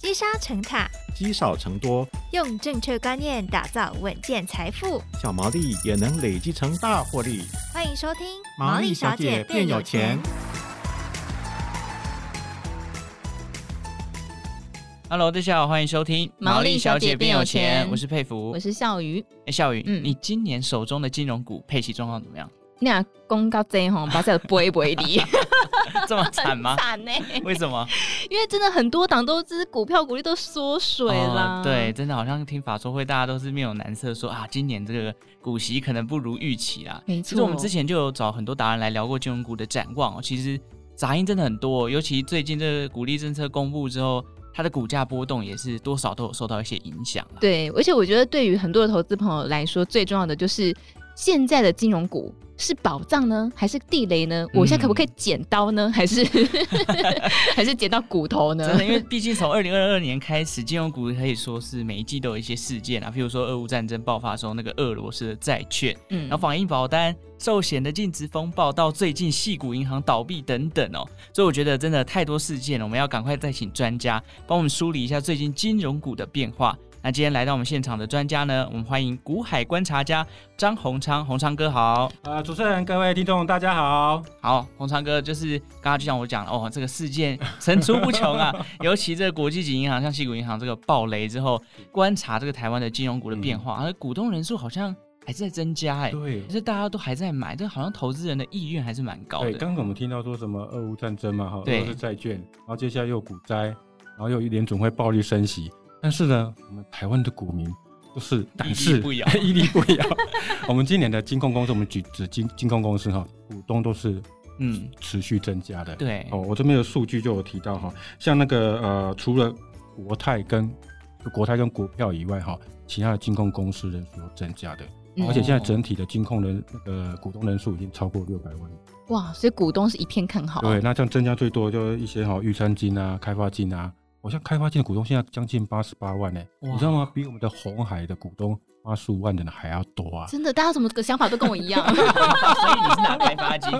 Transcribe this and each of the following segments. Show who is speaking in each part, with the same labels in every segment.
Speaker 1: 积沙成塔，
Speaker 2: 积少成多，
Speaker 1: 用正确观念打造稳健财富。
Speaker 2: 小毛利也能累积成大获利。
Speaker 1: 欢迎收听《
Speaker 2: 毛利小姐变有钱》。
Speaker 3: Hello，大家好，欢迎收听《
Speaker 4: 毛利小姐变有钱
Speaker 3: 我是佩服，
Speaker 4: 我是笑鱼。
Speaker 3: 哎笑宇，
Speaker 4: 嗯
Speaker 3: 你今年手中的金融股配息状况怎么样？
Speaker 4: 你俩公告这吼，把这背背离，
Speaker 3: 这么 惨 吗？
Speaker 4: 惨呢、
Speaker 3: 为什么？
Speaker 4: 因为真的很多档都是股票股利都缩水
Speaker 3: 哦
Speaker 4: 啦、
Speaker 3: 对，，真的好像听法说会，大家都是面有难色说啊，今年这个股息可能不如预期啦。
Speaker 4: 没
Speaker 3: 其实我们
Speaker 4: 错
Speaker 3: 之前就有找很多达人来聊过金融股的展望哦，其实杂音真的很多哦，尤其最近这个股利政策公布之后，它的股价波动也是多少都有受到一些影响啦。
Speaker 4: 对，而且我觉得对于很多的投资朋友来说，最重要的就是现在的金融股是宝藏呢，还是地雷呢？
Speaker 3: 嗯
Speaker 4: 我现在可不可以剪刀呢？ 还是还是剪到骨头呢
Speaker 3: 真？的，因 为毕竟从二零二二年开始，金融股可以说是每一季都有一些事件啊，譬如说俄乌战争爆发的时候，那个俄罗斯的债券，
Speaker 4: 嗯
Speaker 3: 然后防疫保单、寿险的净值风暴，到最近系股银行倒闭等等哦，所以我觉得真的太多事件了，我们要赶快再请专家帮我们梳理一下最近金融股的变化。那今天来到我们现场的专家呢，我们欢迎股海观察家张宏昌，宏昌哥好。
Speaker 5: 呃，主持人、各位听众，大家好。
Speaker 3: 好，红昌哥就是刚刚就像我讲了哦，这个事件层出不穷 啊，尤其这个国际级银行像西谷银行这个暴雷之后，观察这个台湾的金融股的变
Speaker 5: 嗯
Speaker 3: 化，而、股东人数好像还是在增加哎、
Speaker 5: 对
Speaker 3: 可，是大家都还在买，这好像投资人的意愿还是蛮高
Speaker 5: 对，
Speaker 3: 的。
Speaker 5: 哎刚刚我们听到说什么俄乌战争嘛，哈，
Speaker 3: 对
Speaker 5: 俄罗斯债券，然后接下来又有股灾，然后又联总会暴力升息。但是呢，我们台湾的股民都是胆
Speaker 3: 屹立
Speaker 5: 识
Speaker 3: 不摇
Speaker 5: 屹立不摇。我们今年的金控公司，我们举指金金控公司哈，股东都是
Speaker 3: 嗯，
Speaker 5: 持续增加的。
Speaker 3: 对，
Speaker 5: 哦，我这边有数据就有提到哈，像那个呃，除了国泰跟国泰跟股票以外哈，其他的金控公司人数有增加的。
Speaker 4: 嗯
Speaker 5: 而且现在整体的金控人呃股东人数已经超过六百万，
Speaker 4: 哇，所以股东是一片看好。
Speaker 5: 对，那这样增加最多的就是一些哈、预算金啊、开发金啊，我像开发金的股东现在将近八十八万呢、
Speaker 3: 哇
Speaker 5: 你知道吗？比我们的红海的股东八十五万的人还要多啊！
Speaker 4: 真的，大家怎么个想法都跟我 一样，
Speaker 3: 所以你是拿开发 金，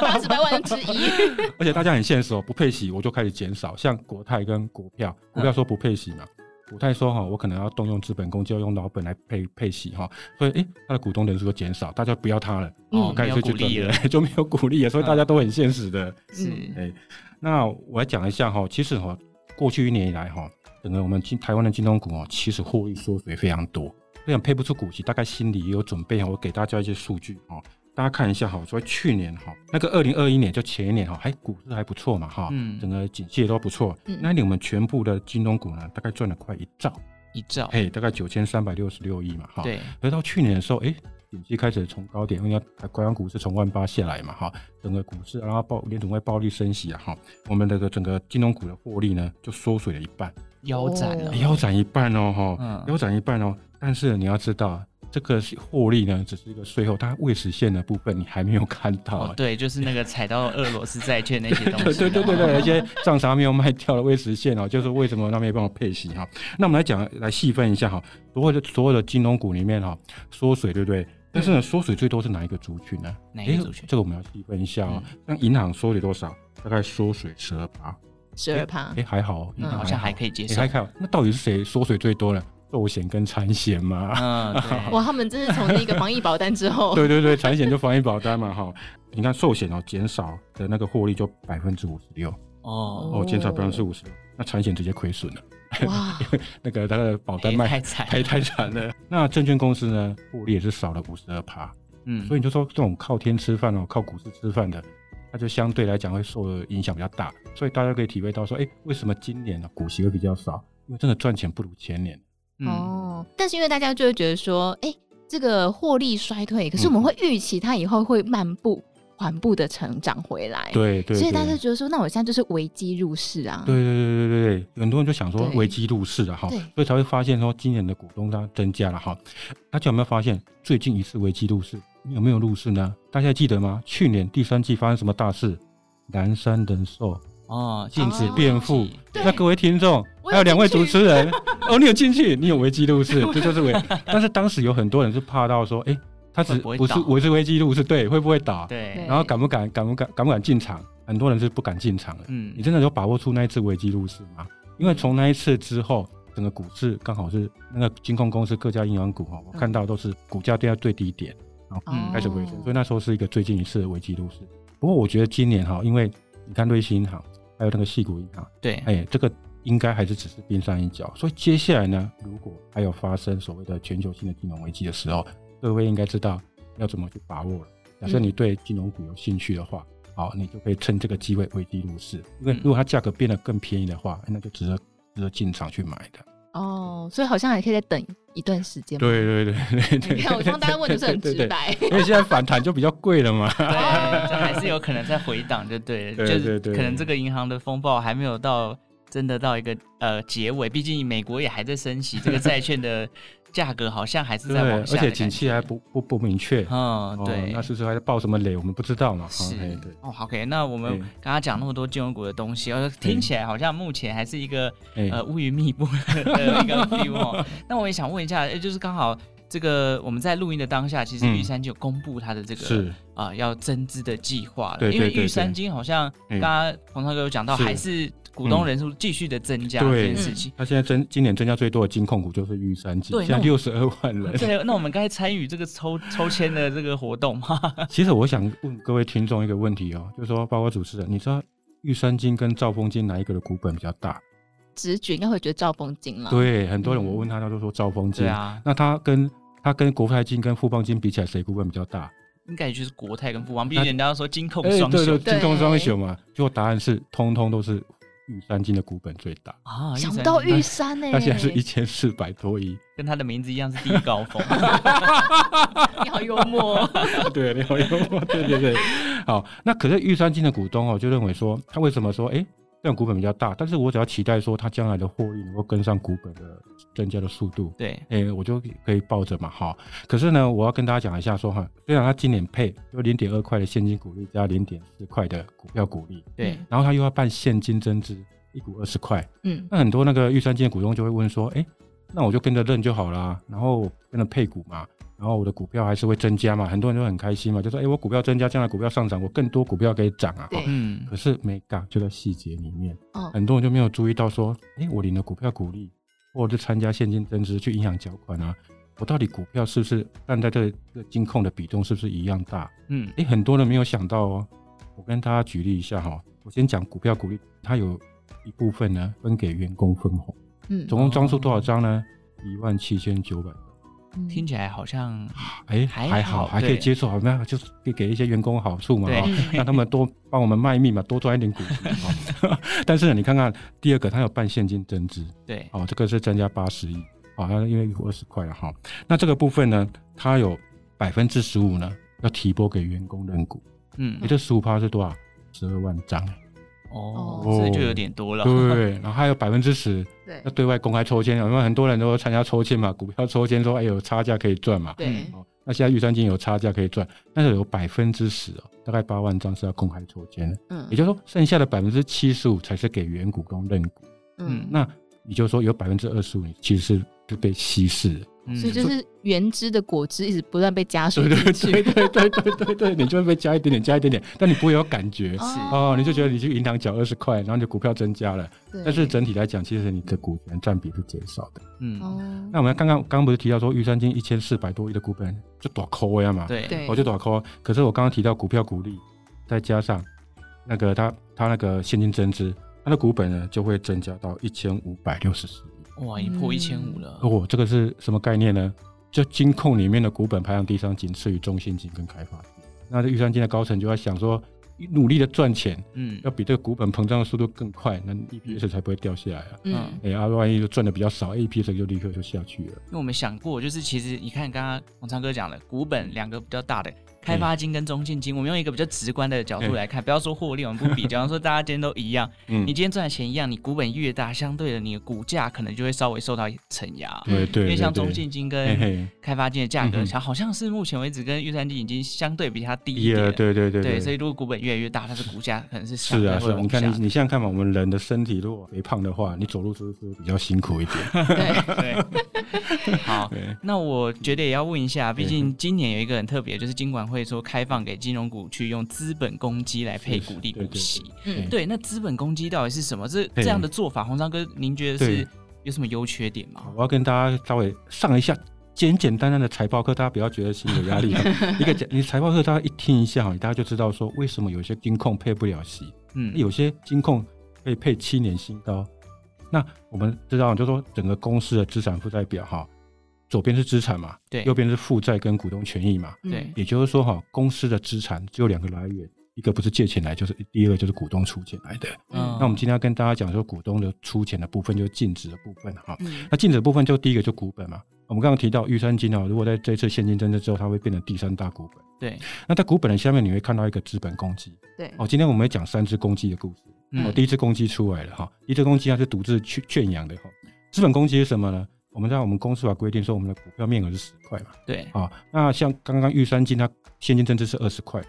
Speaker 4: 八十百万之一。
Speaker 5: 而且大家很现实哦，不配息我就开始减少，像国泰跟股票，
Speaker 3: 嗯
Speaker 5: 股票说不配息嘛，股泰说哈、我可能要动用资本公积，要用老本来配配息哈、所以诶，他的股东人数就减少，大家不要他了，
Speaker 3: 哦，
Speaker 4: 嗯
Speaker 3: 没
Speaker 5: 干
Speaker 3: 有鼓
Speaker 5: 脆就转
Speaker 3: 励
Speaker 5: 别
Speaker 3: 了，
Speaker 5: 人 就没有鼓励了，所以大家都很现实的。嗯
Speaker 3: 是，
Speaker 5: 那我来讲一下哈，其实哈，过去一年以来哈，整个我们金台湾的金融股哦，其实获利缩水非常多，虽然配不出股息，大概心里也有准备哈。我给大家一些数据哈，大家看一下哈。所以去年哈，那个二零二一年就前一年哈，还哎股市还不错嘛哈，
Speaker 3: 嗯
Speaker 5: 整个景气也都不错。
Speaker 4: 嗯
Speaker 5: 那一年我们全部的金融股呢，大概赚了快一兆，
Speaker 3: 一兆，
Speaker 5: 嘿，大概九千三百六十六亿嘛哈。
Speaker 3: 对，
Speaker 5: 而到去年的时候，哎、景气开始从高点，因为呃台湾股市从万八下来嘛，哈，整个股市然后暴联总会暴力升息啊，哈，我们的整个金融股的获利呢就缩水了一半，
Speaker 3: 腰斩了
Speaker 4: 哦，
Speaker 5: 腰斩一半哦，哈、
Speaker 3: 嗯
Speaker 5: 腰斩一半哦。但是你要知道，这个是获利呢只是一个税后，它未实现的部分你还没有看到、
Speaker 3: 哦
Speaker 5: 哎，
Speaker 3: 对，就是那个踩到俄罗斯债券那些东西，啊
Speaker 5: 对对对对对，而且账啥没有卖掉的未实现哦，就是为什么那没办法配息哈。那我们来讲来细分一下哈，所有的所有的金融股里面哈，缩水对不对？但是呢，缩水最多是哪一个族群呢？
Speaker 3: 哪一个族
Speaker 5: 诶
Speaker 3: 群嗯
Speaker 5: 这个我们要细分一下哦。像银行缩水多少？大概缩水十二趴。
Speaker 4: 十二趴
Speaker 5: 哎，，还好，银
Speaker 3: 嗯，
Speaker 5: 行
Speaker 3: 好像还可
Speaker 5: 以
Speaker 3: 以接
Speaker 5: 诶
Speaker 3: 受
Speaker 5: 还，好。那到底是谁缩水最多呢？寿险跟产险嘛。
Speaker 3: 嗯， 对
Speaker 4: 哇，他们真是从那个防疫保单之
Speaker 3: 哦
Speaker 4: 后，
Speaker 5: 对对对，产险就防疫保单嘛哈。你看寿险哦，减少的那个获利就百分之五十六，
Speaker 3: 哦，
Speaker 5: 哦，减少
Speaker 4: 哦
Speaker 5: 百分之五十六，那产险直接亏损了。
Speaker 4: 哇，
Speaker 5: 那个他的保单
Speaker 3: 哎
Speaker 5: 哦 卖
Speaker 3: 太惨，
Speaker 5: 赔太惨了。那证券公司呢，获利也是少了五十二趴，
Speaker 3: 嗯，
Speaker 5: 所以你就说这种靠天吃饭哦，靠股市吃饭的，它就相对来讲会受的影响比较大。所以大家可以体会到说，哎、为什么今年的股息会比较少？因为真的赚钱不如前年。
Speaker 3: 嗯，
Speaker 4: 哦，但是因为大家就会觉得说，哎、这个获利衰退，可是我们会预期它以后会漫步、缓步的成长回来。。
Speaker 5: 对对
Speaker 4: 哎所以
Speaker 5: 对。
Speaker 4: 大家就觉得说，那我现在就是危机入市啊。
Speaker 5: 对对对对对对，很多人就想说
Speaker 4: 对
Speaker 5: 危机入市了哈，
Speaker 4: 对
Speaker 5: 所以才会发现说今年的股东它增加了哈。大家有没有发现最近一次危机入市，你有没有入市呢？大家还记得吗？去年第三季发生什么大事？南山人寿
Speaker 3: 哦，
Speaker 5: 禁止
Speaker 4: 哦
Speaker 5: 变富。
Speaker 4: 对
Speaker 5: 那各位听众，
Speaker 4: 我有
Speaker 5: 还有两位
Speaker 4: 进
Speaker 5: 主
Speaker 4: 去
Speaker 5: 持人，哦，你有进去，你有危机入市，这就是危。但是当时有很多人是怕到说，哎，他只
Speaker 3: 会不会
Speaker 5: 不是
Speaker 3: 倒
Speaker 5: 我是危机入市，对，会不会倒？
Speaker 3: 对，
Speaker 5: 然后敢不敢敢不敢敢不敢进场？很多人是不敢进场的。
Speaker 3: 嗯
Speaker 5: 你，真的有把握住那一次危机入市吗？因为从那一次之后，整个股市刚好是那个金控公司各家银行股哈，我看到都是股价跌到最低点，然后
Speaker 4: 哦
Speaker 3: 嗯
Speaker 5: 开始回升，所以那时候是一个最近一次的危机入市。不过我觉得今年哈，因为你看瑞信银行还有那个细谷银行，
Speaker 3: 对，
Speaker 5: 哎，这个应该还是只是冰山一角。所以接下来呢，如果还有发生所谓的全球性的金融危机的时候，各位应该知道要怎么去把握了。假
Speaker 3: 嗯
Speaker 5: 设你对金融股有兴趣的话，好，你就可以趁这个机会危机入市。因为
Speaker 3: 嗯
Speaker 5: 如果它价格变得更便宜的话，哎那就值得值得进场去买的。
Speaker 4: 哦，所以好像还可以再等一段时间嘛。
Speaker 5: 对对对对对。
Speaker 4: 你看我帮大家问的是很直白，
Speaker 5: 因为现在反弹就比较贵了嘛。
Speaker 3: 对，这哦还是有可能在回档，就对了，
Speaker 5: 对
Speaker 3: 就是
Speaker 5: 对对
Speaker 3: 可能这个银行的风暴还没有到真的到一个呃结尾，毕竟美国也还在升息，这个债券的价格好像还是
Speaker 5: 对，
Speaker 3: 在往
Speaker 5: 而
Speaker 3: 下的感觉，
Speaker 5: 且景气还不不不明确。
Speaker 3: 嗯，
Speaker 5: 哦
Speaker 3: 对，
Speaker 5: 那是不是还在爆什么雷？我们不知道嘛。
Speaker 3: 是
Speaker 5: 哦哎对，
Speaker 3: 哦好，OK，那我们
Speaker 5: 对
Speaker 3: 刚刚讲那么多金融股的东西，呃，听起来好像目前还是一个
Speaker 5: 哎、
Speaker 3: 呃乌云密 布的一个 view 哦。那我也想问一下，呃就是刚好这个我们在录音的当下，其实
Speaker 5: 嗯
Speaker 3: 玉山就有公布它的这个
Speaker 5: 是。
Speaker 3: 啊、要增资的计划了，
Speaker 5: 对对
Speaker 3: 因为
Speaker 5: 对
Speaker 3: 玉山
Speaker 5: 对
Speaker 3: 金好像刚
Speaker 5: 嗯
Speaker 3: 刚黄涛哥有讲到，
Speaker 5: 是
Speaker 3: 还是股东人数继续的增加
Speaker 5: 嗯
Speaker 3: 这
Speaker 5: 对
Speaker 3: 件事情。
Speaker 5: 他现在增今年增加最多的金控股就是玉山金，
Speaker 3: 对
Speaker 5: 现在
Speaker 3: 那
Speaker 5: 六十二万 人。
Speaker 3: 对，那我们该参与这个抽抽签的这个活动 吗？
Speaker 5: 其实我想问各位听众一个问题哦，就是说，包括主持人，你知道玉山金跟兆丰金哪一个的股本比较大？
Speaker 4: 直觉应该会觉得兆丰金了。
Speaker 5: 对，很多人我问他，他都说兆丰
Speaker 3: 啊
Speaker 5: 金。
Speaker 3: 对啊，
Speaker 5: 那他跟他跟国泰金跟富邦金比起来，谁股本比较大？
Speaker 3: 应该也就是国泰跟富邦，毕
Speaker 5: 那
Speaker 3: 竟人家说金控
Speaker 5: 哎
Speaker 3: 哦双
Speaker 5: 对
Speaker 3: 雄、
Speaker 5: 对，金控双雄嘛。结果答案是，通通都是玉山金的股本最大，
Speaker 3: 啊，
Speaker 4: 想
Speaker 3: 玉
Speaker 4: 不
Speaker 3: 山
Speaker 4: 到
Speaker 3: 金
Speaker 4: 玉山欸呢、
Speaker 5: 它现在是一千四百多亿。
Speaker 3: 跟他的名字一样是第一高 峰，
Speaker 4: 你好幽默哦、
Speaker 5: 对，你好幽默，对对对。好，那可是玉山金的股东哦，就认为说，他为什么说，哎、这样股本比较大，但是我只要期待说，它将来的获利能够跟上股本的增加的速度，
Speaker 3: 对，
Speaker 5: 哎、我就可以抱着嘛，哈。可是呢，我要跟大家讲一下说，哈，虽然它今年配就零点二块的现金股利加零点四块的股票股利，
Speaker 3: 对，
Speaker 5: 然后它又要办现金增资，一股二十块，
Speaker 4: 嗯，
Speaker 5: 那很多那个玉山金的股东就会问说，哎、那我就跟着认就好啦，然后我跟着配股嘛，然后我的股票还是会增加嘛，很多人都很开心嘛，就说，哎、我股票增加，将来股票上涨，我更多股票可以涨啊。
Speaker 4: 对
Speaker 3: 嗯，
Speaker 5: 可是没嘎就在细节里面，
Speaker 4: 哦，
Speaker 5: 很多人就没有注意到说，哎、我领了股票股利，或者是参加现金增资去银行缴款啊，我到底股票是不是站在这个金控的比重是不是一样大？
Speaker 3: 嗯，
Speaker 5: 诶，很多人没有想到哦。我跟大家举例一下哈、我先讲股票股利，它有一部分呢分给员工分红，
Speaker 4: 嗯，
Speaker 5: 总共张数多少张呢？
Speaker 3: 哦
Speaker 5: 一万七千九百。
Speaker 4: 嗯
Speaker 3: 听起来好像
Speaker 5: 哎，
Speaker 3: 还
Speaker 5: 还
Speaker 3: 好
Speaker 5: 好，还可以
Speaker 3: 对
Speaker 5: 接受，好那就是可以给一些员工好处嘛，
Speaker 3: 对
Speaker 5: 哈、
Speaker 4: 嗯
Speaker 5: 让他们多帮我们卖命嘛，多赚一点股息嘛。 哈但是呢，你看看第二个，它有办现金增资，
Speaker 3: 对，
Speaker 5: 哦，这个是增加八十亿，哦，它因为有二十块了哈、那这个部分呢，它有百分之十五呢要提拨给员工认股。
Speaker 3: 嗯
Speaker 5: 你，这十五趴是多少？十二万张，
Speaker 3: 哦，
Speaker 4: 哦
Speaker 3: 这就有点多了，
Speaker 5: 对，然后还有百分之十
Speaker 4: 对
Speaker 5: 要对外公开抽签，因为很多人都参加抽签嘛，股票抽签说，哎，有差价可以赚嘛。
Speaker 4: 对
Speaker 5: 哦，那现在玉山金有差价可以赚，但是有百分之十哦，大概八万张是要公开抽签的，
Speaker 4: 嗯
Speaker 5: 也就是说剩下的百分之七十五才是给原股东认股。
Speaker 4: 嗯
Speaker 5: 那也就是说有百分之二十五其实是是被稀释的，
Speaker 3: 嗯，
Speaker 4: 所以就是原汁的果汁一直不断被加水
Speaker 5: 对对
Speaker 4: 进
Speaker 5: 对
Speaker 4: 去，
Speaker 5: 对对对对对，你就会被加一点点，加一点点，但你不会有感觉。哦，你就觉得你去银行缴二十块，然后你的股票增加了，
Speaker 4: 对
Speaker 5: 但是整体来讲，其实你的股权占比是减少的。
Speaker 3: 嗯，
Speaker 4: 哦，
Speaker 5: 那我们刚刚刚不是提到说玉山金一千四百多亿的股本就多抠呀啊嘛，，哦
Speaker 3: 对
Speaker 4: 对，
Speaker 5: 我就多抠。可是我刚刚提到股票股利，再加上那个他他那个现金增资，他的股本呢就会增加到一千五百六十四亿。
Speaker 3: 哇，已经破一千五了，
Speaker 5: 哦，这个是什么概念呢？就金控里面的股本排行第三，仅次于中信金跟开发金。那这玉山金的高层就要想说，努力的赚钱，
Speaker 3: 嗯，
Speaker 5: 要比这个股本膨胀的速度更快，那 EPS 才不会掉下来啊。
Speaker 4: 嗯，
Speaker 5: 哎、啊，万一就赚的比较少，EPS 就立刻就下去了。
Speaker 3: 因为我们想过，就是其实你看刚刚王昌哥讲的，股本两个比较大的。开发金跟中信金，我们用一个比较直观的角度
Speaker 5: 嗯
Speaker 3: 来看，不要说获利，我们不比，假如说大家今天都一样，
Speaker 5: 嗯
Speaker 3: 你今天赚的钱一样，你股本越大，相对的你的股价可能就会稍微受到 承压，
Speaker 5: 对对，
Speaker 3: 哎因为像
Speaker 5: 对
Speaker 3: 中，信金
Speaker 5: 嘿
Speaker 3: 跟
Speaker 5: 嘿，
Speaker 3: 开发金的价格，
Speaker 5: 嗯
Speaker 3: 好好像是目前为止跟玉山金已经相对比它低一
Speaker 5: 也、
Speaker 3: 点，
Speaker 5: 对对对
Speaker 3: 对，所以
Speaker 5: 以
Speaker 3: 如果股本越来越大，它的股价可能是相
Speaker 5: 是
Speaker 3: 对
Speaker 5: 啊
Speaker 3: 会
Speaker 5: 是啊，
Speaker 3: 往
Speaker 5: 你看你
Speaker 3: 下
Speaker 5: 你想想看嘛，我们人的身体如果肥胖的话，你走路是不是比较辛苦一点？
Speaker 3: 对，好。
Speaker 5: 对，
Speaker 3: 那我觉得也要问一下，毕竟今年有一个很特别，就是金管会说开放给金融股去用资本公积来配股利
Speaker 5: 是是对
Speaker 3: 股息。
Speaker 4: 嗯
Speaker 5: 对
Speaker 3: 对，那资本公积到底是什么？这这
Speaker 5: 对
Speaker 3: 样的做法，洪章哥，您觉得是
Speaker 5: 对
Speaker 3: 有什么优缺点
Speaker 5: 好
Speaker 3: 吗？
Speaker 5: 我要跟大家稍微上一下简简单单的财报课，大家不要觉得心里有压 力啊。一个简你财报课，大家一听一下哈，大家就知道说为什么有些金控配不了息，
Speaker 3: 嗯，
Speaker 5: 有些金控可以配七年新高。那我们知道，就说整个公司的资产负债表哈，左边是资产嘛，
Speaker 3: 对
Speaker 5: 右边是负债跟股东权益嘛。
Speaker 3: 对
Speaker 5: 也就是说哈，公司的资产只有两个来源，一个不是借钱来，就是第二个就是股东出钱来的。
Speaker 3: 嗯
Speaker 5: 那我们今天要跟大家讲说，股东的出钱的部分就是净值的部分哈。
Speaker 4: 嗯
Speaker 5: 那净值的部分就第一个就股本嘛。我们刚刚提到玉山金哦，如果在这次现金增资之后，它会变成第三大股本。
Speaker 3: 对，
Speaker 5: 那在股本的下面，你会看到一个资本公积。
Speaker 4: 对
Speaker 5: 哦，今天我们会讲三只公鸡的故事。
Speaker 3: 嗯
Speaker 5: 哦，第一只公鸡出来了哈，第一只公鸡它是独自圈圈养的哈。资本公鸡是什么呢？我们在我们公司法规定说，我们的股票面额是十块嘛。
Speaker 3: 对，
Speaker 5: 啊、那像刚刚玉山金它现金增资是二十块，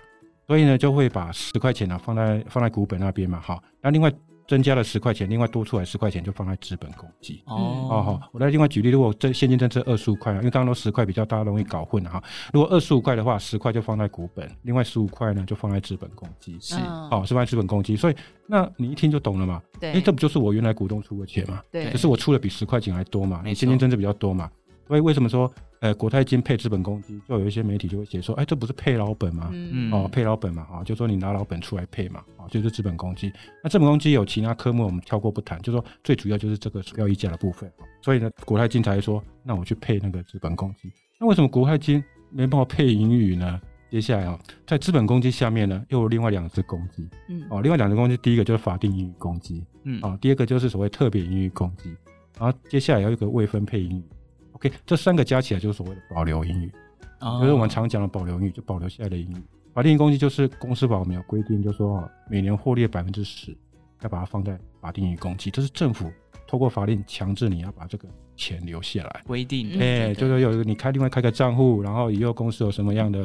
Speaker 5: 所以呢就会把十块钱呢、啊放在放在股本那边嘛，哈，那另外增加了十块钱，另外多出来十块钱就放在资本公积。哦，
Speaker 3: 哦，
Speaker 5: 好，我再另外举例，如果这现金增资二十五块啊，因为刚刚都十块比较大家容易搞混了哈。如果二十五块的话，十块就放在股本，另外十五块呢就放在资本公积。
Speaker 3: 是，
Speaker 4: 嗯
Speaker 5: 哦，是放在资本公积，所以那你一听就懂了嘛。
Speaker 4: 对，
Speaker 5: 哎，这不就是我原来股东出的钱吗？
Speaker 4: 对
Speaker 5: 可是我出的比十块钱还多嘛，
Speaker 3: 没
Speaker 5: 你
Speaker 3: 错
Speaker 5: 现金增值比较多嘛，所以为什么说呃国泰金配资本公积，就有一些媒体就会写说，哎，这不是配老本吗？
Speaker 4: 嗯
Speaker 5: 哦，配老本嘛，啊、就说你拿老本出来配嘛，啊、就是资本公积。那资本公积有其他科目我们跳过不谈，就说最主要就是这个股票溢价的部分、啊所以呢，国泰金才说，那我去配那个资本公积。那为什么国泰金没办法配盈余呢？接下来啊、在资本公积下面呢，又有另外两只公积
Speaker 4: 嗯
Speaker 5: 哦，另外两只公积，第一个就是法定盈余公积，
Speaker 3: 嗯，
Speaker 5: 啊，第二个就是所谓特别盈余公积，然后接下来有一个未分配盈余。OK，这三个加起来就是所谓的保留盈余，
Speaker 3: 哦
Speaker 5: 就是我们常讲的保留盈余，就保留下来的盈余。法定盈余公积就是公司法我们有规定，就说啊每年获利的百分之十要把它放在法定盈余公积，这是政府透过法令强制你要把这个钱留下来。
Speaker 3: 规定，
Speaker 4: 嗯
Speaker 5: 哎、
Speaker 3: 对
Speaker 5: 就是有一个你开另外开个账户，然后以后公司有什么样的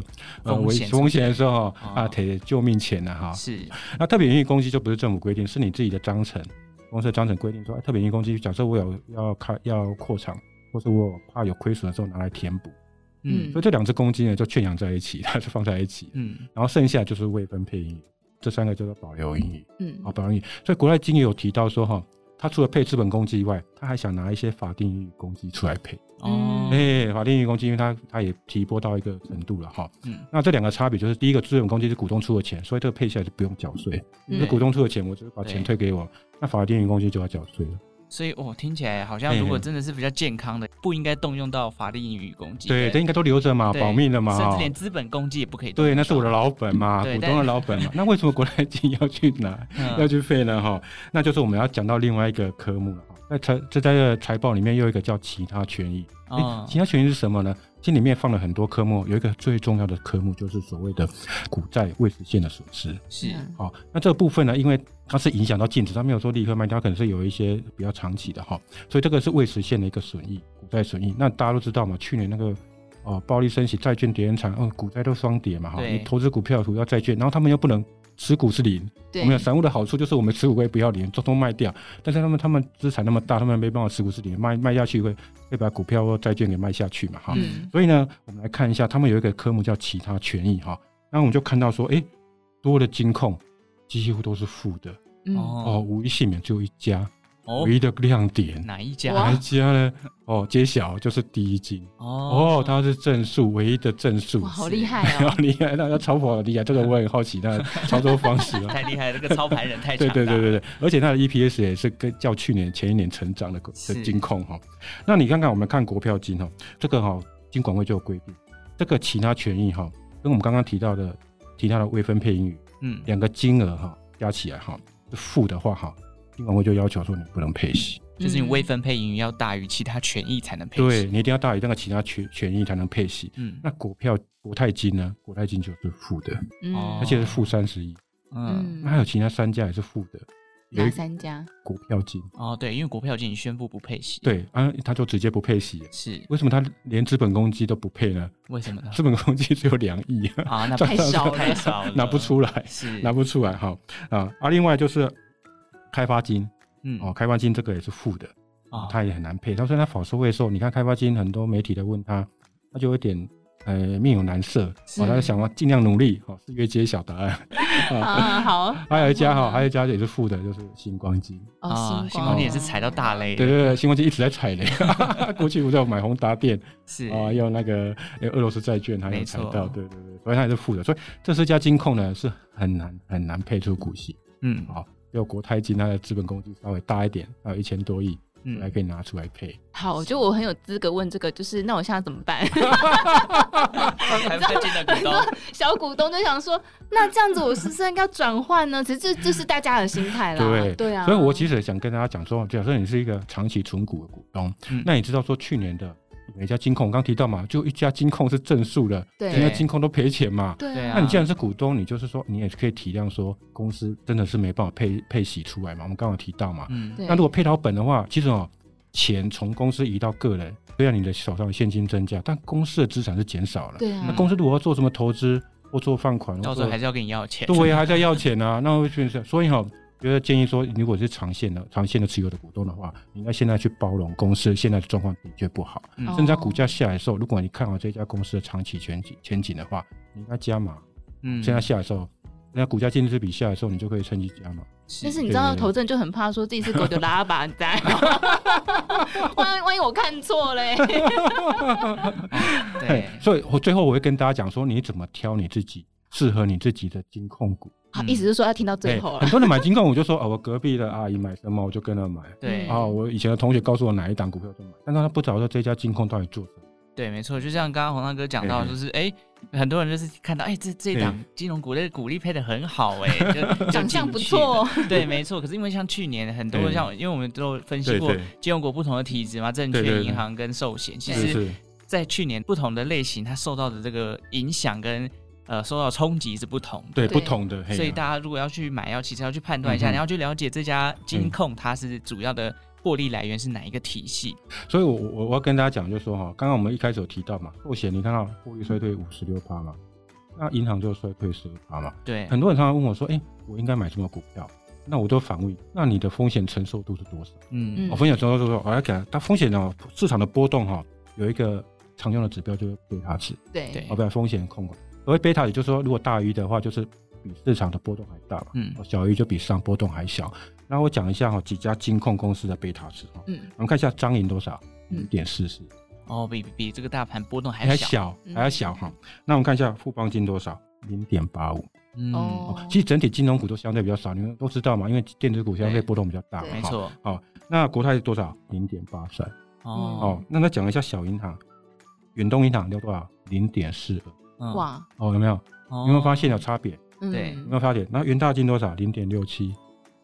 Speaker 5: 呃
Speaker 3: 风
Speaker 5: 危
Speaker 3: 险
Speaker 5: 风险的时候
Speaker 3: 哦
Speaker 5: 啊，得救命钱了、哈。
Speaker 3: 是，
Speaker 5: 那特别盈余公积就不是政府规定，是你自己的章程，公司的章程规定说，哎，特别盈余公积，假设我有要开要扩厂，或是我怕有亏损的时候拿来填补，
Speaker 3: 嗯
Speaker 4: 嗯
Speaker 5: 所以这两只公积呢就圈养在一起，它 就放在一起，
Speaker 3: 嗯，
Speaker 5: 然后剩下就是未分配盈余，这三个叫做保留盈余
Speaker 4: 嗯
Speaker 5: 啊，保留盈余。所以国泰金也有提到说哈。他除了配资本公积以外，他还想拿一些法定盈余公积出来配。
Speaker 4: 嗯
Speaker 3: 哦，
Speaker 5: 哎、法定盈余公积，因为它它也提拨到一个程度了哈。
Speaker 3: 嗯
Speaker 5: 那这两个差别就是，第一个资本公积是股东出的钱，所以这个配下来是不用缴税。
Speaker 3: 嗯
Speaker 5: 那股东出的钱，我就是把
Speaker 3: 对
Speaker 5: 钱退给我，那法定员工就就要缴税了。
Speaker 3: 所以哦，听起来好像
Speaker 5: 嘿
Speaker 3: 如果
Speaker 5: 嘿
Speaker 3: 真的是比较健康的，不应该动用到法定英语攻击，
Speaker 5: 对，这应该都留着嘛，
Speaker 3: 对
Speaker 5: 保命的嘛，
Speaker 3: 甚至
Speaker 5: 哈。
Speaker 3: 连资本公积也不可以动
Speaker 5: 对，
Speaker 3: 用到。
Speaker 5: 那是我的老本嘛，
Speaker 3: 对
Speaker 5: 股
Speaker 3: 但
Speaker 5: 东的老本 嘛。那为什么国泰金要去拿、要
Speaker 3: 嗯，
Speaker 5: 去费呢？哈，那就是我们要讲到另外一个科目了哈。那财这在这个财报里面又有一个叫其他权益，哎、
Speaker 3: 哦
Speaker 5: 其他权益是什么呢？这里面放了很多科目，有一个最重要的科目就是所谓的股债未实现的损失。
Speaker 3: 是，
Speaker 4: 嗯
Speaker 5: 好，哦那这个部分呢，因为它是影响到净值，它没有说立刻卖掉，它可能是有一些比较长期的哈，所以这个是未实现的一个损益，股债损益。那大家都知道嘛，去年那个哦暴力升息，债券跌很惨，哦，股债都双跌嘛哈，
Speaker 3: 对
Speaker 5: 你投资股票、股票、债券，然后他们又不能持股是零，
Speaker 4: 对
Speaker 5: 我们有散户的好处就是我们持股会不要零，通通卖掉，但是他们他们资产那么大，他们没办法持股是零，卖卖下去会会把股票或债券给卖下去嘛哈。
Speaker 4: 嗯
Speaker 5: 所以呢，我们来看一下，他们有一个科目叫其他权益哈。那我们就看到说，诶，多的金控几乎都是负的
Speaker 4: 嗯
Speaker 5: 哦，
Speaker 3: 哦
Speaker 5: 无一幸免，只有一家，
Speaker 3: 哦
Speaker 5: 唯，一的亮点
Speaker 3: 哪一家？
Speaker 5: 哪
Speaker 4: 哇
Speaker 5: 一家呢？哦，揭晓就是第一金哦，它是正数，唯一的正数
Speaker 4: 哇，，好厉害
Speaker 5: 好
Speaker 4: 哦，
Speaker 5: 厉害，那要超跑好厉害，这个我很好奇，那操作方式 啊。
Speaker 3: 太厉害了，这个操盘人太强
Speaker 5: 对
Speaker 3: 大。
Speaker 5: 对对对对，而且它的 EPS 也是跟较去年前一年成长的股
Speaker 3: 是
Speaker 5: 的金控哈。那你看看我们看国票金哈，这个哈金管会就有规定，这个其他权益哈，跟我们刚刚提到的提到的未分配盈余
Speaker 3: 嗯，
Speaker 5: 两个金额哈加起来哈是负的话哈，金管会就要求说你不能配息，
Speaker 3: 就是
Speaker 4: 嗯
Speaker 3: 你未分配盈余要大于其他权益才能配
Speaker 5: 对
Speaker 3: 息。
Speaker 5: 你一定要大于那个其他权权益才能配息。
Speaker 3: 嗯
Speaker 5: 那股票国泰金呢？国泰金就是负的，
Speaker 4: 嗯
Speaker 3: 哦
Speaker 5: 而且是负三十一。
Speaker 3: 嗯
Speaker 5: 那还有其他三家也是负的，有
Speaker 4: 哪
Speaker 5: 一
Speaker 4: 三家？
Speaker 5: 股票金，
Speaker 3: 哦，对，因为股票已经宣布不配息。，
Speaker 5: 对啊，他就直接不配息了。
Speaker 3: 是
Speaker 5: 为什么他连资本公积都不配呢？
Speaker 3: 为什么呢？
Speaker 5: 资本公积只有两亿，
Speaker 3: 啊， 那
Speaker 4: 太少了
Speaker 3: 太少了，
Speaker 5: 拿不出来，
Speaker 3: 是
Speaker 5: 拿不出来哈啊啊！另外就是开发金
Speaker 3: 嗯
Speaker 5: 哦，开发金这个也是负的，
Speaker 3: 哦
Speaker 5: 他也很难配。他说他否收未收，你看开发金很多媒体在问他，他就有点呃面有难色，
Speaker 3: 嗯
Speaker 5: 我在想要尽量努力，哦，是越揭晓答案。哦
Speaker 4: 啊，好，
Speaker 5: 还有一家哦哈，还有一家也是负的，就是星光机。
Speaker 4: 哦，星
Speaker 3: 星啊光
Speaker 4: 光
Speaker 3: 电也是踩到大雷，
Speaker 5: 对对对，星光机一直在踩雷。 过去我在买宏达电
Speaker 3: 是
Speaker 5: 啊，要那个呃俄罗斯债券，还有
Speaker 3: 没
Speaker 5: 踩
Speaker 3: 错
Speaker 5: 到，对对对，所以它也是负的。所以这四家金控呢是很难很难配出股息。
Speaker 3: 嗯
Speaker 5: 好，只有国泰金它的资本公积稍微大一点，还有一千多亿，还
Speaker 3: 嗯，
Speaker 5: 可以拿出来配。
Speaker 4: 好，就我很有资格问这个，就是那我现在怎么办？
Speaker 3: 还不进的股东，
Speaker 4: 小股东就想说，那这样子我是不是应该转换呢？ 其实这这是大家的心态啦，
Speaker 5: 对
Speaker 4: 对啊。
Speaker 5: 所以我其实也想跟大家讲说，假设你是一个长期存股的股东，
Speaker 3: 嗯
Speaker 5: 那你知道说去年的每一家金控，我刚提到嘛，就一家金控是正数的，
Speaker 4: 对
Speaker 5: 其他金控都赔钱嘛。
Speaker 4: 对
Speaker 3: 对啊
Speaker 4: 啊，
Speaker 5: 那你既然是股东，你就是说你也可以体谅说公司真的是没办法配配息出来嘛。我们刚刚有提到嘛，
Speaker 3: 嗯
Speaker 4: 对啊
Speaker 5: 那如果配到本的话，其实哦，钱从公司移到个人，虽然你的手上的现金增加，但公司的资产是减少了。
Speaker 4: 对啊
Speaker 5: 那，公司如果要做什么投资或做放款，
Speaker 3: 到时候
Speaker 5: 或做
Speaker 3: 还是要跟你要钱，
Speaker 5: 哦对呀，还在要钱啊， 那会变成所以哈、觉得建议说，如果是长线的、长线的持有的股东的话，你应该现在去包容公司现在的状况的确不好，
Speaker 4: 哦
Speaker 3: 嗯
Speaker 5: 甚至在股价下来的时候，如果你看好这家公司的长期前景前景的话，你应该加码。
Speaker 3: 嗯
Speaker 5: 现在下来的时候，那股价净值比下来的时候，你就可以趁机加码。
Speaker 4: 但是你知道，投资人就很怕说自己是狗就拉吧，你知道 吗？万一万一我看错嘞，
Speaker 5: 嗯
Speaker 3: 对
Speaker 5: 嘿所以我最后我会跟大家讲说，你怎么挑你自己适合你自己的金控股。
Speaker 4: 好
Speaker 3: 嗯
Speaker 4: 意思是说要听到最后
Speaker 5: 嘿
Speaker 4: 了
Speaker 5: 很。多人买金控，我就说啊，我隔壁的阿姨买什么，我就跟着 买。
Speaker 3: 对
Speaker 4: 嗯
Speaker 5: 啊，我以前的同学告诉我哪一档股票就买，但是他不知道说这家金控到底做什么。
Speaker 3: 对，没错，就像刚刚洪大哥讲到，
Speaker 5: 嘿嘿
Speaker 3: 就是哎、很多人就是看到哎、这这一档金融股的股利配的很好哎、 就
Speaker 4: 长相不，错，
Speaker 3: 就进去了对，没错。可是因为像去年很多
Speaker 5: 对
Speaker 3: 像，因为我们都有分析
Speaker 5: 对
Speaker 3: 过
Speaker 5: 对
Speaker 3: 金融股不同的体质嘛，证
Speaker 5: 对
Speaker 3: 券、
Speaker 5: 对对
Speaker 3: 银行跟寿险，其
Speaker 5: 是
Speaker 3: 实
Speaker 5: 是，
Speaker 3: 在去年不同的类型，它受到的这个影响跟呃受到冲击是不同的。
Speaker 5: 对
Speaker 4: 对
Speaker 5: 不同的，嘿
Speaker 3: 所以
Speaker 5: 啊
Speaker 3: 大家如果要去买，要其实要去判断一下，
Speaker 5: 嗯哼嗯
Speaker 3: 你要去了解这家金控它是主要的获利来源是哪一个体系。
Speaker 5: 所以我我我要跟大家讲，就是说哈，刚刚我们一开始有提到嘛，寿险你看到获利衰退五十六趴嘛，那银行就衰退十趴嘛。
Speaker 3: 对，
Speaker 5: 很多人常常问我说，哎、我应该买什么股票？那我都反问，那你的风险承受度是多少？
Speaker 3: 嗯
Speaker 4: 嗯
Speaker 5: 我风险承受度，我要给它，它风险呢，市场的波动哈、有一个常用的指标就是贝塔值，
Speaker 3: 对
Speaker 4: 对
Speaker 5: 哦，不要风险控管。所谓贝塔，也就是说，如果大于的话，就是比市场的波动还大嘛。
Speaker 3: 嗯
Speaker 5: 哦小于就比市场波动还小。那我讲一下哈、几家金控公司的贝塔值哈、
Speaker 4: 嗯，
Speaker 5: 我们看一下张银多少，
Speaker 4: 嗯
Speaker 5: 五点四四，
Speaker 3: 哦，比比比这个大盘波动还
Speaker 5: 还
Speaker 3: 小，
Speaker 5: 小
Speaker 4: 嗯
Speaker 5: 还要小哈、那我们看一下富邦金多少，零点八五。
Speaker 3: 嗯，
Speaker 4: 哦
Speaker 5: 其实整体金融股都相对比较少，你们都知道嘛，因为电子股相对波动比较大嘛。
Speaker 4: 对
Speaker 3: 没
Speaker 5: 哈。
Speaker 3: 错，
Speaker 5: 那国泰是多少？零点八三。
Speaker 3: 哦
Speaker 5: 哦，，那再讲一下小银行，远东银行掉多少？零点四二。
Speaker 3: 嗯，
Speaker 4: 哇，
Speaker 5: 哦，有没有？
Speaker 3: 哦
Speaker 5: 有没有发现有差别？
Speaker 4: 嗯
Speaker 3: 对
Speaker 5: 有没有发现？那元大金多少？零点六七。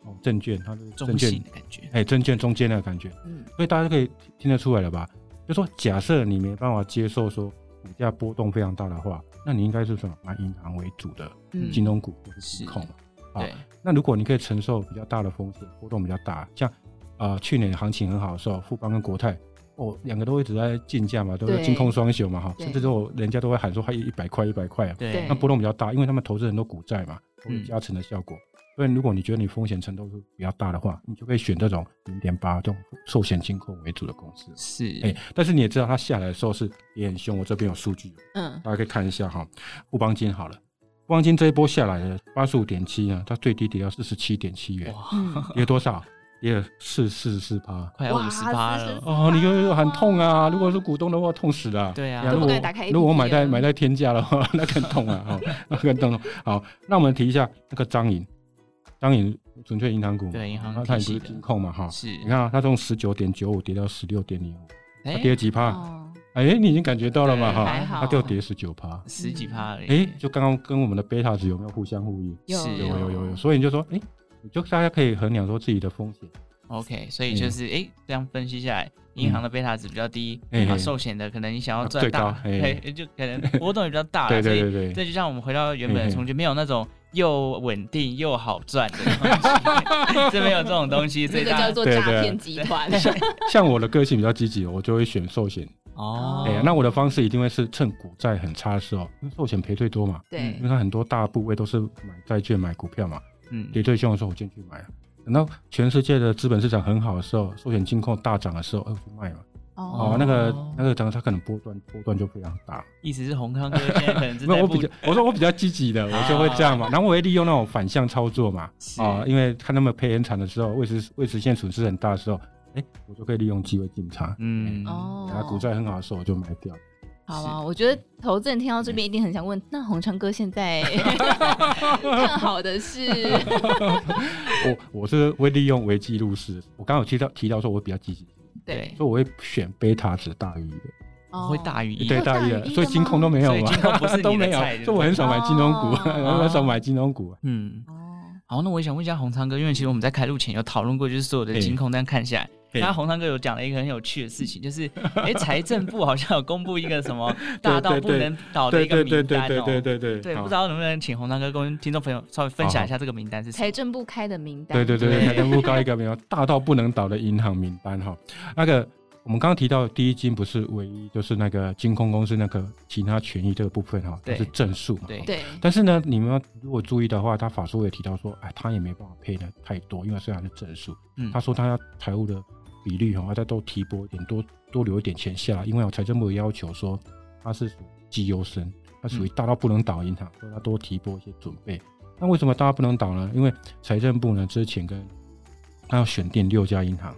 Speaker 5: 哦，证券它是证
Speaker 3: 中性
Speaker 5: 券，
Speaker 3: 的感觉？
Speaker 5: 哎，证券中间的感觉。
Speaker 4: 嗯
Speaker 5: 所以大家可以听得出来了吧？就说假设你没办法接受说股价波动非常大的话，那你应该是什么买银行为主的
Speaker 4: 嗯
Speaker 5: 金融股或是金控嘛？好
Speaker 3: 对，
Speaker 5: 那如果你可以承受比较大的风险，波动比较大，像呃去年行情很好的时候，富邦跟国泰。哦，两个都一直在竞价嘛，都是
Speaker 4: 对
Speaker 5: 金控双雄嘛，哈，
Speaker 4: 对
Speaker 5: 甚至都有人家都会喊说，还一百块一百块啊，
Speaker 3: 对
Speaker 4: 对
Speaker 5: 那波动比较大，因为他们投资人都股债嘛，都有
Speaker 3: 嗯
Speaker 5: 加成的效果。所以如果你觉得你风险程度是比较大的话，你就可以选这种零点八这种寿险金控为主的公司。
Speaker 3: 是，
Speaker 5: 哎、但是你也知道，它下来的时候是也很凶。我这边有数据，哦
Speaker 4: 嗯
Speaker 5: 大家可以看一下哈。富邦金好了，富邦金这一波下来的八十五点七呢，它最低跌到四十七点七元，
Speaker 3: 哇，
Speaker 4: 嗯，
Speaker 5: 跌多少？跌四四十四趴。
Speaker 3: 快要
Speaker 4: 哇
Speaker 3: 五十八了，
Speaker 4: 44
Speaker 5: 哦，你就很痛啊！如果是股东的话，痛死了。
Speaker 3: 对啊
Speaker 5: 呀
Speaker 4: 都
Speaker 5: 如
Speaker 4: 不
Speaker 5: 果
Speaker 4: 敢打开 APP
Speaker 5: 如果我买在
Speaker 4: 了
Speaker 5: 买在天价的话，那更痛啊！哦，那更痛。好，那我们提一下那个张银，张银准确银行股嘛，
Speaker 3: 对银行
Speaker 5: 那它也
Speaker 3: 体
Speaker 5: 不
Speaker 3: 系
Speaker 5: 是
Speaker 3: 的
Speaker 5: 金控嘛，哈。
Speaker 3: 是，
Speaker 5: 你看啊，它从十九点九五跌到十六点零五，
Speaker 3: 哎
Speaker 5: 它跌了几趴？
Speaker 4: 哦，
Speaker 5: 哎，你已经感觉到了嘛，
Speaker 3: 对
Speaker 5: 哈
Speaker 4: 还，好
Speaker 5: 它就跌十九趴。
Speaker 3: 十几趴而已，
Speaker 5: 哎，就刚刚跟我们的贝塔值有没有互相呼应？
Speaker 4: 有
Speaker 3: 是
Speaker 5: 有有有有，所以你就说，哎，你就大家可以衡量说自己的风险。
Speaker 3: OK，所以
Speaker 5: 嗯
Speaker 3: 就是哎，这样分析下来，银行的贝塔值比较低，
Speaker 5: 嗯
Speaker 3: 啊，
Speaker 5: 嘿
Speaker 3: 寿险的可能你想要
Speaker 5: 啊
Speaker 3: 赚
Speaker 5: 最
Speaker 3: 大
Speaker 5: 高，嘿
Speaker 3: 对，就可能波动也比较大，
Speaker 5: 对
Speaker 3: 啊所以
Speaker 5: 对对哎对。
Speaker 3: 这就像我们回到原本
Speaker 5: 嘿
Speaker 3: 的
Speaker 5: 嘿
Speaker 3: 从前，没有那种又稳定又好赚的 东西， 这没有这种东西，所
Speaker 4: 这
Speaker 3: 以
Speaker 4: 个
Speaker 3: 大
Speaker 4: 叫
Speaker 3: 家
Speaker 4: 做
Speaker 5: 对对
Speaker 4: 诈骗集团，
Speaker 5: 像我的个性比较积极，我就会选寿险。
Speaker 3: 哦
Speaker 5: 哎、，那我的方式一定会是趁股债很差的时候，因为寿险赔最多嘛，
Speaker 4: 对
Speaker 5: 因为它很多大部位都是买债券、买股票嘛，
Speaker 3: 嗯
Speaker 5: 跌最凶的时候我进去买啊，等到全世界的资本市场很好的时候，寿险金控大涨的时候，哎、我就卖嘛，哦，
Speaker 3: 哦
Speaker 5: 那个那个等它可能波段波段就非常大。
Speaker 3: 意思是宏康哥现在可能是
Speaker 5: 那
Speaker 3: 在
Speaker 5: 我
Speaker 3: 布
Speaker 5: 比较，我说我比较积极的，我就会这样嘛。然后我会利用那种反向操作嘛，
Speaker 3: 是
Speaker 5: 啊，因为看他们赔很惨的时候，未实未实现损失很大的时候，哎，我就可以利用机会进场。
Speaker 3: 嗯
Speaker 4: 哦
Speaker 5: 然后股债很好的时候，我就卖掉。
Speaker 4: 好啊，我觉得投资人听到这边一定很想问，那红昌哥 现在看好的是
Speaker 5: 我我是会利用危机入市。我刚刚有提到提到说，我比较积极，
Speaker 3: 对
Speaker 4: 对，
Speaker 5: 所以我会选贝塔值大于一的，
Speaker 4: 哦
Speaker 3: 会大于一
Speaker 5: 对
Speaker 4: 有大
Speaker 5: 大于
Speaker 4: 于
Speaker 5: 的，
Speaker 4: 一
Speaker 5: 所以
Speaker 4: 的
Speaker 5: 金控都没有
Speaker 3: 所以
Speaker 5: 嘛
Speaker 3: 金控不 是你的
Speaker 5: 都没有
Speaker 3: 菜，
Speaker 5: 所以我很少买金融股，
Speaker 4: 哦
Speaker 5: 我很少买金融股。
Speaker 3: 嗯，
Speaker 4: 哦，
Speaker 3: 好，那我也想问一下洪昌哥，因为其实我们在开录前有讨论过，就是所有的金控，但看下来，
Speaker 5: 嘿
Speaker 3: 那洪昌哥有讲了一个很有趣的事情，就是，哎，财政部好像有公布一个什么大到不能倒的
Speaker 5: 对
Speaker 3: 哦一个
Speaker 5: 对
Speaker 3: 名
Speaker 5: 对对
Speaker 3: 单
Speaker 5: 对对
Speaker 3: 哦。
Speaker 5: 对对，
Speaker 3: 对，
Speaker 5: 好
Speaker 3: 不知道能不能请洪昌哥跟听众朋友稍微分享一下这个名单是谁？
Speaker 4: 财政部开的名单，
Speaker 5: 对对对
Speaker 3: 对
Speaker 5: 对，财政部高一个没有大到不能倒的银行名单哈。那个我们刚刚提到第一金不是唯一，就是那个金控公司那个其他权益这个部分哈，
Speaker 3: 对
Speaker 5: 它是正数嘛。
Speaker 3: 对
Speaker 4: 对
Speaker 5: 但是呢，你们要如果注意的话，他法说也提到说，哎，他也没办法配的太多，因为虽然是正数，
Speaker 3: 嗯
Speaker 5: 他说他要财务的比率哦哈，他都提拨一点，多多留一点钱下来，因为我财政部也要求说他是属绩优生，他属于大到不能倒银行，所以他多提拨一些准备。那为什么大到不能倒呢？因为财政部呢之前跟他要选定六家银行，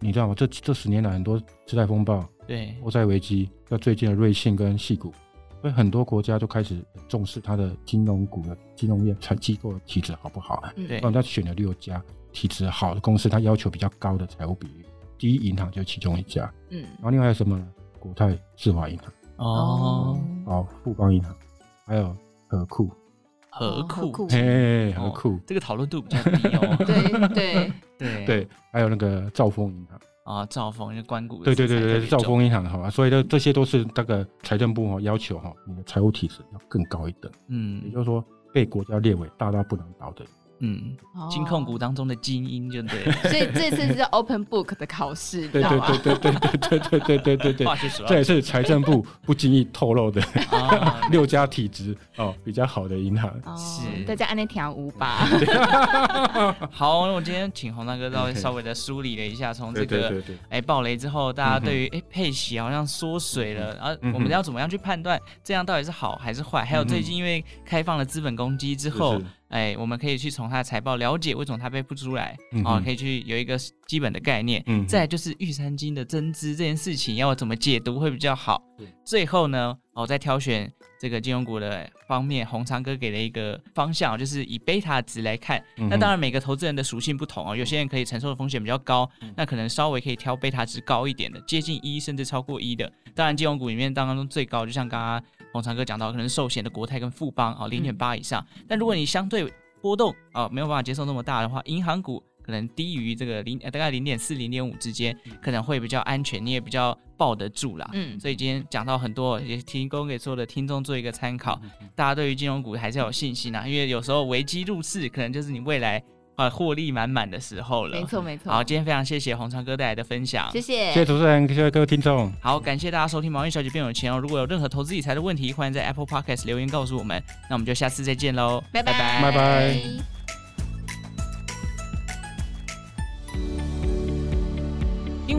Speaker 5: 你知道吗？这这十年来很多次贷风暴、
Speaker 3: 对，
Speaker 5: 欧债危机，到最近的瑞信跟系股，所以很多国家都开始重视它的金融股的金融业财机构的体质好不好？
Speaker 3: 对
Speaker 5: 那我们要选了六家体质好的公司，它要求比较高的财务比率，第一银行就是其中一家，
Speaker 4: 嗯
Speaker 5: 然后另外还有什么呢？国泰世华银行、
Speaker 3: 哦，
Speaker 5: 哦富邦银行，还有和库，哦
Speaker 3: 何
Speaker 4: 何
Speaker 3: 库
Speaker 4: 哦库，
Speaker 5: 嘿，和库，
Speaker 3: 这个讨论度比较低哦。
Speaker 4: 对对，
Speaker 3: 对
Speaker 5: 对，还有那个兆丰银行。
Speaker 3: 啊，兆丰就关谷的
Speaker 5: 对对
Speaker 3: 色彩
Speaker 5: 对
Speaker 3: 特别重，
Speaker 5: 对，对兆丰银行好吧，所以这这些都是那个财政部哈、哦要求哈、你的财务体质要更高一等，也
Speaker 3: 嗯
Speaker 5: 就是说被国家列为大到不能倒的。
Speaker 3: 嗯，
Speaker 4: 哦
Speaker 3: 金控股，当中的精英，就对了，
Speaker 4: 所以这次是 open book 的考试，
Speaker 5: 对
Speaker 4: 你知
Speaker 5: 对
Speaker 4: 道吗
Speaker 5: 对对对对对对对对对
Speaker 3: 化
Speaker 5: 对，
Speaker 3: 学主要
Speaker 5: 这也是财政部不经意透露的
Speaker 3: 啊，
Speaker 5: 六家体质哦比较好的银行。
Speaker 4: 哦
Speaker 3: 是
Speaker 4: 大家按那条五吧，
Speaker 3: 好，那我今天请洪大哥稍微稍微的梳理了一下，从这
Speaker 5: 对对
Speaker 3: 个
Speaker 5: 对嗯对，
Speaker 3: 哎暴雷之后，大家对于哎配息好像缩水
Speaker 5: 嗯
Speaker 3: 了，然后我们要怎么样去判断这样到底是好还是坏？还有
Speaker 5: 嗯哼
Speaker 3: 最近因为开放了资本公积之
Speaker 5: 是
Speaker 3: 后
Speaker 5: 是，
Speaker 3: 哎，我们可以去从他的财报了解为什么他被不出来
Speaker 5: 嗯，哼
Speaker 3: 哦，可以去有一个基本的概念。
Speaker 5: 嗯
Speaker 3: 再来就是玉山金的增资这件事情要怎么解读会比较好
Speaker 5: 对。
Speaker 3: 最后呢，我、在挑选这个金融股的方面，红长哥给了一个方向，就是以贝塔值来看。
Speaker 5: 嗯哼嗯
Speaker 3: 那当然每个投资人的属性不同哦，有些人可以承受的风险比较高，那可能稍微可以挑贝塔值高一点的，接近一甚至超过一的。当然金融股里面当中最高，就像刚刚红长哥讲到，可能寿险的国泰跟富邦
Speaker 5: 嗯
Speaker 3: 哦零点八以上。但如果你相对波动啊、呃没有办法接受那么大的话，银行股可能低于这个零、呃大概零点四零点五之间，
Speaker 5: 嗯
Speaker 3: 可能会比较安全，你也比较抱得住啦。
Speaker 4: 嗯，
Speaker 3: 所以今天讲到很多，也提供给所有的听众做一个参考。大家对于金融股还是要有信心啊，因为有时候危机入市，可能就是你未来呃获利满满的时候了。
Speaker 4: 没。错没错
Speaker 3: 好，，今天非常谢谢红昌哥带来的分享，
Speaker 4: 谢谢
Speaker 5: 谢谢主持人，谢谢各位听众。
Speaker 3: 好，感谢大家收听《毛利小姐变有钱》哦。如果有任何投资理财的问题，欢迎在 Apple Podcast 留言告诉我们。那我们就下次再见喽，
Speaker 4: 拜拜
Speaker 5: 拜拜
Speaker 3: 听